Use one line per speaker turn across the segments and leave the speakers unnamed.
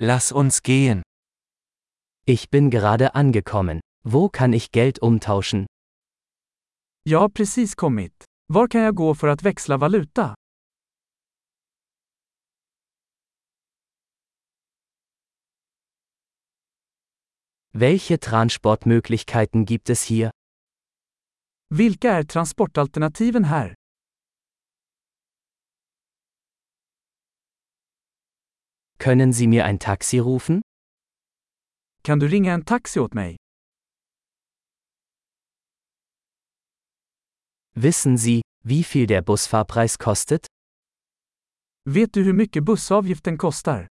Lass uns gehen.
Ich bin gerade angekommen. Wo kann ich Geld umtauschen?
Jag har precis kommit. Var kan jag gå för att växla valuta?
Welche Transportmöglichkeiten gibt es hier?
Vilka är transportalternativen här?
Können Sie mir ein Taxi rufen?
Kan du ringa en taxi åt mig?
Wissen Sie, wie viel der Busfahrpreis kostet?
Vet du hur mycket bussavgiften kostar?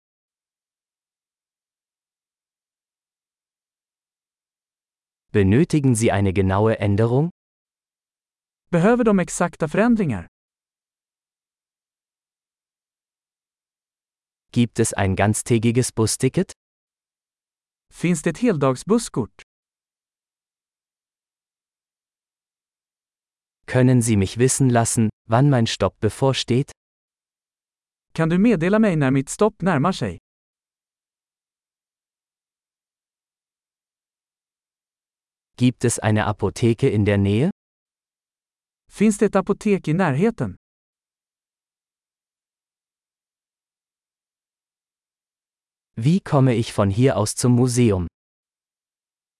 Benötigen Sie eine genaue Änderung?
Behöver de exakta förändringar?
Gibt es ein ganztägiges Busticket?
Finns det ett heldagsbusskort?
Können Sie mich wissen lassen, wann mein Stopp bevorsteht?
Kan du meddela mig när mitt stopp närmar sig?
Gibt es eine Apotheke in der Nähe?
Finns det ett apotek i närheten?
Wie komme ich von hier aus zum Museum?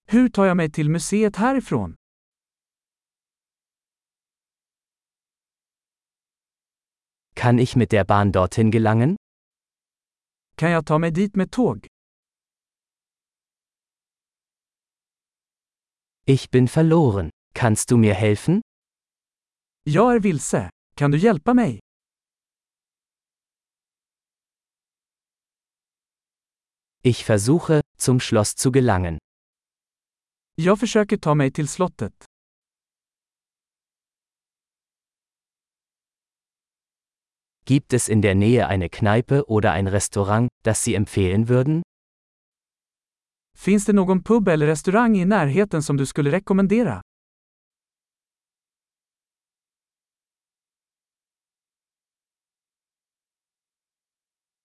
Hur tar jag mig till museet härifrån?
Kann ich mit der Bahn dorthin gelangen?
Kan jag ta mig dit med tåg?
Ich bin verloren. Kannst du mir helfen?
Jag är vilse. Kan du hjälpa mig?
Ich versuche, zum Schloss zu gelangen.
Jag försöker ta mig till slottet.
Gibt es in der Nähe eine Kneipe oder ein Restaurant, das Sie empfehlen würden?
Finns det någon pub eller restaurang i närheten som du skulle rekommendera?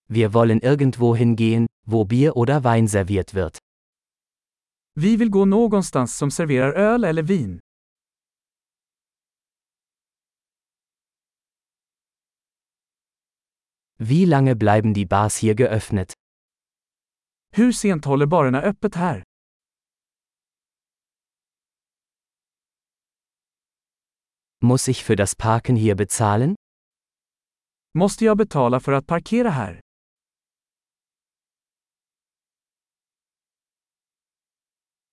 Wir wollen irgendwo hingehen, wo Bier oder Wein serviert wird.
Vi vill gå någonstans som serverar öl eller vin.
Wie lange bleiben die Bars hier geöffnet?
Hur sent håller barerna öppet här?
Muss ich für das Parken hier bezahlen?
Måste jag betala för att parkera här?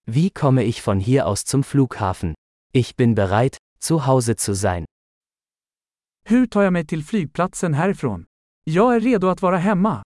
Wie komme ich von hier aus zum Flughafen? Ich bin bereit, zu Hause zu sein.
Hur tar jag mig till flygplatsen härifrån? Jag är redo att vara hemma.